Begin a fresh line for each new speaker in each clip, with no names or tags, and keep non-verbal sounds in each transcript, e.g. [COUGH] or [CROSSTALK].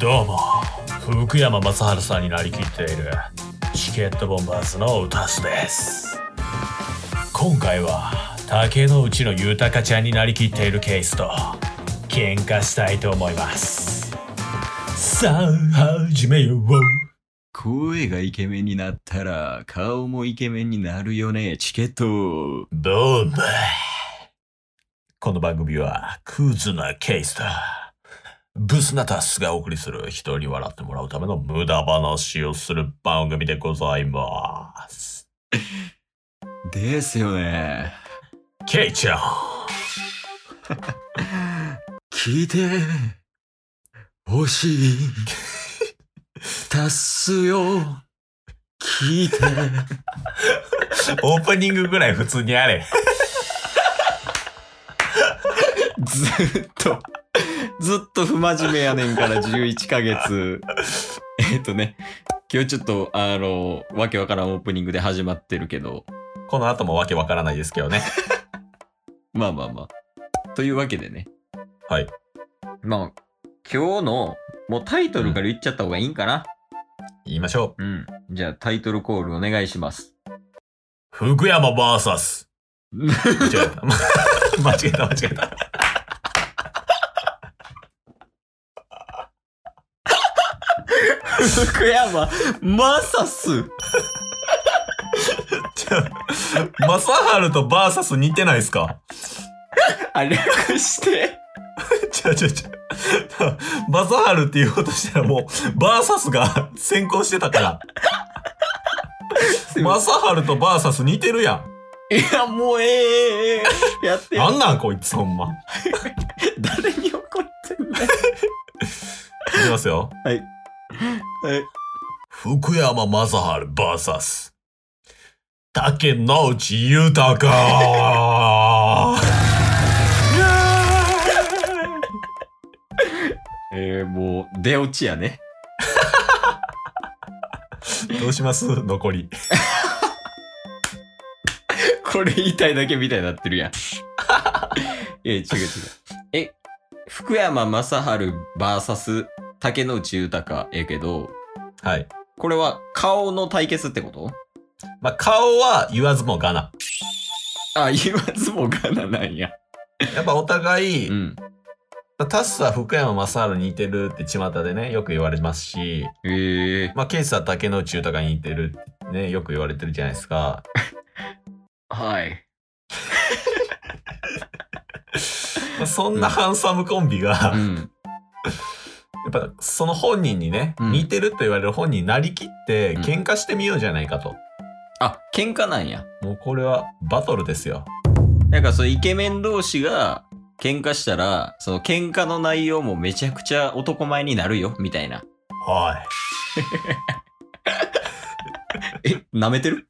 どうも福山雅治さんになりきっているチケットボンバーズの歌スです今回は竹之内の豊ちゃんになりきっているケースと喧嘩したいと思いますさあ始めよう
声がイケメンになったら顔もイケメンになるよね、チケット。
ボンバーこの番組はクズなケースとブスなタスがお送りする人に笑ってもらうための無駄話をする番組でございます
ですよね。
ケイちゃん。
聞いて、欲し [LAUGHS] い。足すよ。聞いて。
オープニングぐらい普通にあれ。
ずっと、ずっと不真面目やねんから11ヶ月。えっとね、今日ちょっと、あの、わけわからんオープニングで始まってるけど、
この後もわけわからないですけどね。
まあまあまあ。というわけでね。
はい。
まあ、今日の、もうタイトルから言っちゃった方がいいんかな。
言いましょう。
うん。じゃあタイトルコールお願いします。
福山 VS。間違えた。 [LAUGHS] 間違えた、間違えた。
福山マサス
ちょ、マサハルと VS 似てないですか
あ、略して。
ちょちょちょ。マサハルって言おうとしたらもう、VS が先行してたから。
すいま
マサハルと VS 似てるや
せんいや、もうええええええやっ
ん。
て。
なんなんこいつほんま。
誰に怒ってんだよ。
いきますよ。
はい
福山雅治 VS 竹野内
[LAUGHS]
豊
えー、もう、出落ちやね。
どうします残り
これ言いたいだけみたいになってる [LAUGHS] やん。え、違う違う。え、福山雅治 VS 竹野内豊やけど、
はい
これは顔の対決ってこと
まあ顔は言わずもがな
あ、言わずもがななんや。
やっぱお互い、
うん。
タッスは福山雅治に似てるって巷でねよく言われますし
ええ
まあケイスは竹野内豊に似てるってねよく言われてるじゃないですか
はい。
まあそんなハンサムコンビが、
う
や
ん。
っぱその本人にね、
うん
似てると言われる本人になりきって
うん
喧嘩してみようじゃないかと、
あ、喧嘩なんや。
もうこれはバトルですよ
なんかそのイケメン同士が喧嘩したら、その喧嘩の内容もめちゃくちゃ男前になるよ、みたいな。
は
え、舐め
[LAUGHS]
てる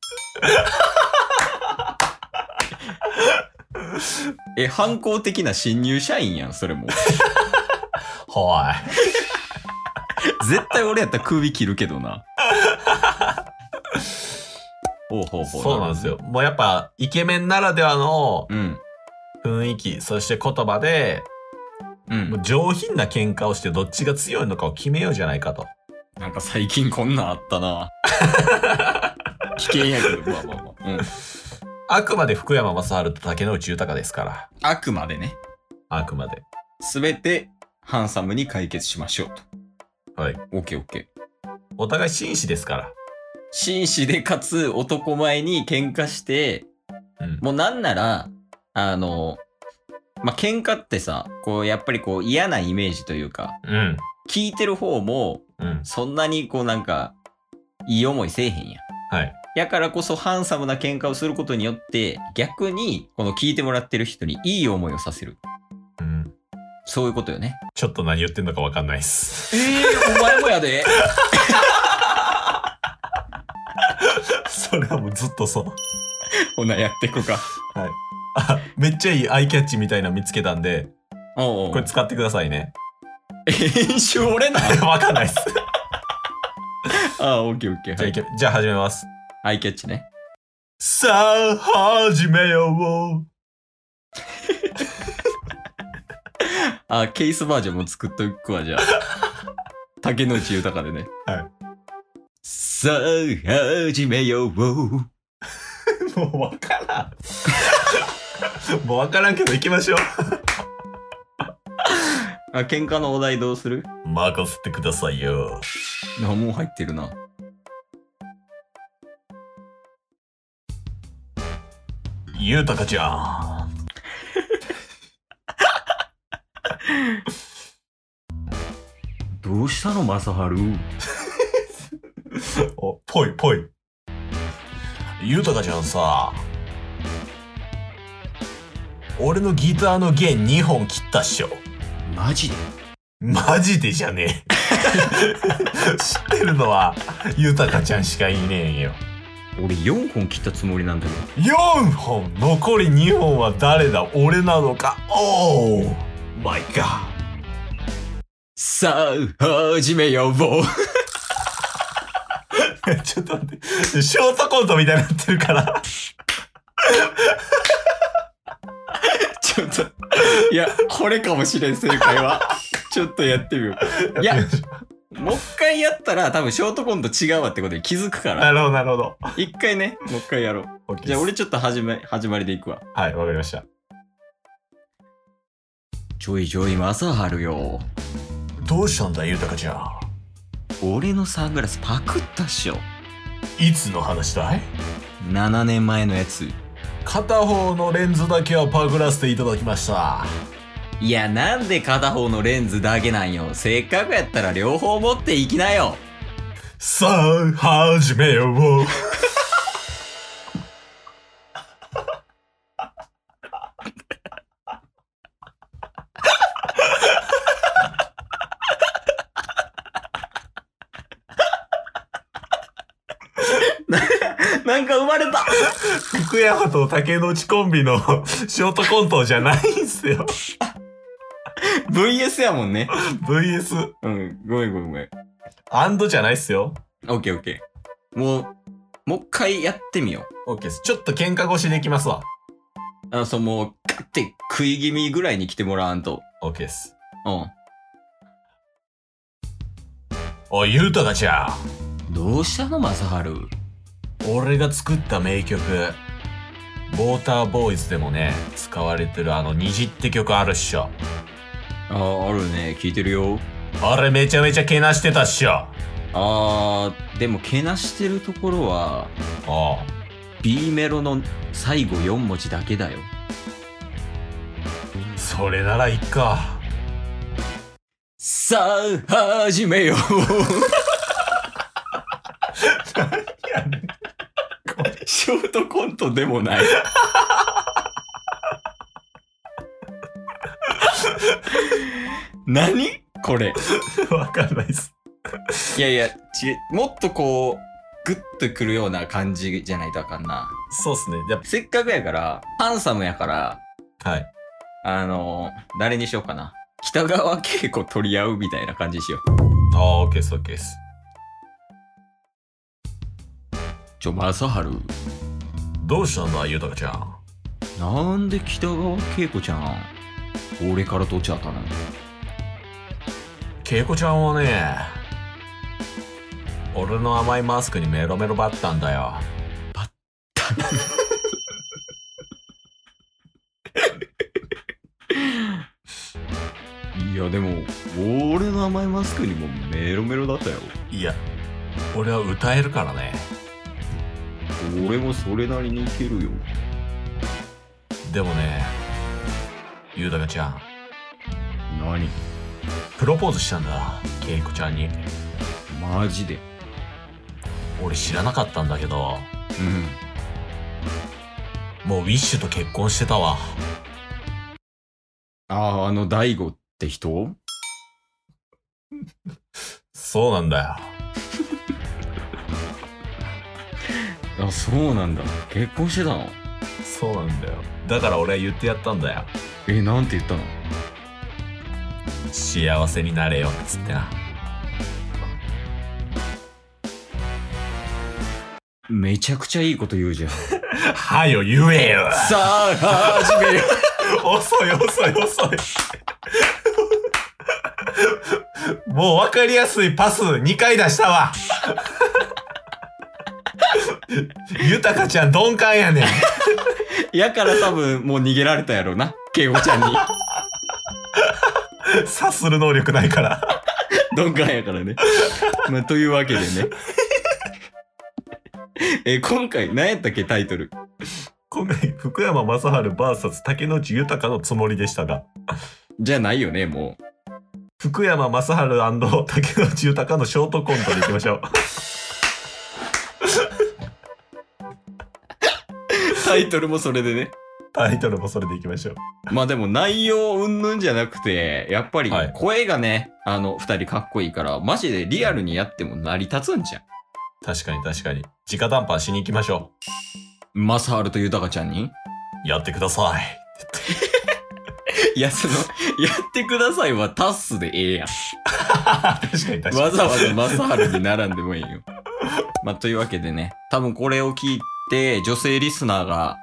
え、反抗的な新入社員やん、そ
[LAUGHS]
れも。
い。はい。
絶対俺やったら首切るけ
[LAUGHS]
どな。ほうほうほう。
そうなんですよ。。もうやっぱ、イケメンならではの
うん。
雰囲気、そして言葉で、
う。
もうん上品な喧嘩をしてどっちが強いのかを決めようじゃないかと。
なんか最近こんなんあっ
[LAUGHS]
たな。危険やけど、まあまあまあ。うん。
あくまで福山雅治と竹野内豊ですから。
あくまでね、
あくまで。
すべてハンサムに解決しましょう
はい。
と。オッケーオッケー。
お互い紳士ですから。
紳士でかつ男前に喧嘩して、
うん。
もうなんなら、あの、まあ、喧嘩ってさ、こう、やっぱりこう嫌なイメージというか、
うん。
聞いてる方も、
うん。
そんなにこうなんか、いい思いせえへんやん。
はい。
やからこそハンサムな喧嘩をすることによって、逆に、この聞いてもらってる人にいい思いをさせる。
うん。
そういうことよね。
ちょっと何言ってんのかわかんないっす。
えー、お前もやで。
[LAUGHS] それはもうずっとそう。
[LAUGHS] ほな、やっていこうか。
あ、めっちゃいいアイキャッチみたいなの見つけたんで、
おうおう
これ使ってくださいね。 [LAUGHS]
編集俺 [LAUGHS] な
わかんないっす。
あ、オッケーオッケ
じゃ
ー。は
あい
い。
け、じゃあ始めます。
アイキャッチね。
さあ、始めよう。
[LAUGHS] あ、ケースバージョンも作っとくわ、じゃあ。竹野内豊でね。
はい。
さあ、始めよう。
もうわからん。 [LAUGHS] もうわからんけど行きましょ
あ、喧嘩のお題どうする
う。任せてくださいよ。
あ、もう入ってるな。
ゆうたかちゃん。
どうしたの、マサハル
お、ぽいぽい。ゆうたかちゃんさ。俺のギターの弦2本切ったっしょ。
マジで
マジでじゃねえ。 [LAUGHS] 知ってるのは、ゆたかちゃんしかいねえよ。
俺4本切ったつもりなんだけど。
4本残り2本は誰だ俺なのかおおマイガ
さあ、始めよう。
ー [LAUGHS] ちょっと待ってショートコントみたいになってるから
[LAUGHS] ちょっと、いや、これかもしれん、正解 [LAUGHS] は。ちょっとやってみよう。いや、もう一回やったら、多分ショートコント違うわってことに気づくか
[LAUGHS]
ら。
なるほどなるほど
一回ね、もう一回やろう。
OK です
じゃあ、俺ちょっと始め、始まりでいくわ。
はいわかりました
ちょいちょい、マサハルよ。
どうしたんだゆたかちゃん
俺のサングラスパクったっしょ。
いつの話だい
7年前のやつ。
片方のレンズだけはパグらせていただきました
いや、なんで片方のレンズだけなんよ。せっかくやったら両方持っていきなよ。 [LAUGHS]
さあ始めよう
なんか生まれた。
福山と竹野内コンビの [LAUGHS] ショートコントじゃないんすよ
VS やもんね。
VS
うん、ごめんごめんごめん。
アンドじゃないっすよ
オッケーオッケー。もう、もう一回やってみよ
OK ですちょっと喧嘩腰できますわ
う。あの、そのもう、ガッて食い気味ぐらいに来てもらわんと。
OK です
うん。
おいゆうたかちゃん
どうしたの、マサハル。
俺が作った名曲「ウォーターボーイズ」でもね使われてるあの「虹」って曲あるっしょ
あ、あるね。聞いてるよ。
あれめちゃめちゃけなしてたっしょあ
あー、でも、けなしてるところは、
あ
B メロの最後4文字だけだよ。
それならいっか
さあ、始めよう。ショートコントでもない。何これ。
[LAUGHS] わかんないっす
いやいや、ちもっとこう、グッとくるような感じじゃないとあかんな。
そうっすねやっ
せっかくやから、ハンサムやから、
ぱはい
あの誰にしようかな。北川景子取り合うみたいな感じにしよう。
ああ OK っす OK です
ちょ、マサハル。
どうしたんだゆうたかちゃん
なんで北川景子ちゃん、俺から取っちゃったの
けいこちゃんはね俺の甘いマスクにメロメロバッタンだよ
いや、でも、俺の甘いマスクにもメロメロだったよ。
いや俺は歌えるからね
俺もそれなりにいけるよ。
でもねゆうたかちゃん
何
プロポーズしたんだけいこちゃんに
マジで。
俺知らなかったんだけど
うん。
もうウィッシュと結婚してたわ
ああ、あの、大悟って人
そうなんだよ
あ、そうなんだ。結婚してたの
そうなんだよだから俺は言ってやったんだよ
え、なんて言ったの
幸せになれよっつってな
めちゃくちゃいいこと言うじゃん。さ
はよ言えよ
あ、始めよ
遅い遅い遅いもう分かりやすいパス2回出した [LAUGHS] わゆたかちゃん鈍感やねん
やから多分もう逃げられたやろうな慶吾ちゃん [LAUGHS] に
察する能力ないから
鈍感やからね、まあ、というわけで [LAUGHS] ねえー今回何やったっけタイトル
今回福山雅治 VS 竹野内豊のつもりでしたが
じゃないよねも
福山雅治竹野内豊のショートコントでいきましょう
うタイトルもそれでね
タイトルもそれでいきましょう
まあでも内容云々じゃなくてやっぱり
はい
声がね、あの2人かっこいいからマジでリアルにやっても成り立つんじゃん
確かに確かに直談判しに行きましょ
マサハルとユタカちゃんに
うやってください
いや、その、やってくださいはタッスでええやん。
確かに確かに
わざわざマサハルに並んでもいい
[LAUGHS]
よ。まあ、というわけでね、多分これを聞いて、女性リスナーが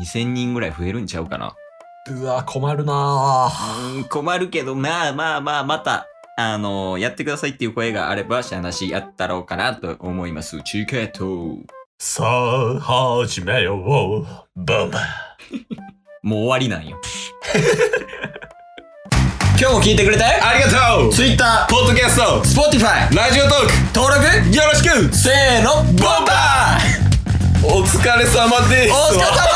2000人ぐらい増えるんちゃうかな。
うわ困るな
う
ぁ
ーん、困るけど、まあまあまあ、また、あのやってくださいっていう声があれば、しゃなしやったろうかなと思います。チケット。
さあ始めようブンブン
もう終わりなんよ。
[LAUGHS]
今日も聞いてくれてありがとう !Twitter、ポッドキャスト、Spotify、ラジオトーク、登録よろしくせーの、ボンバー
お疲れ様です
お疲れ様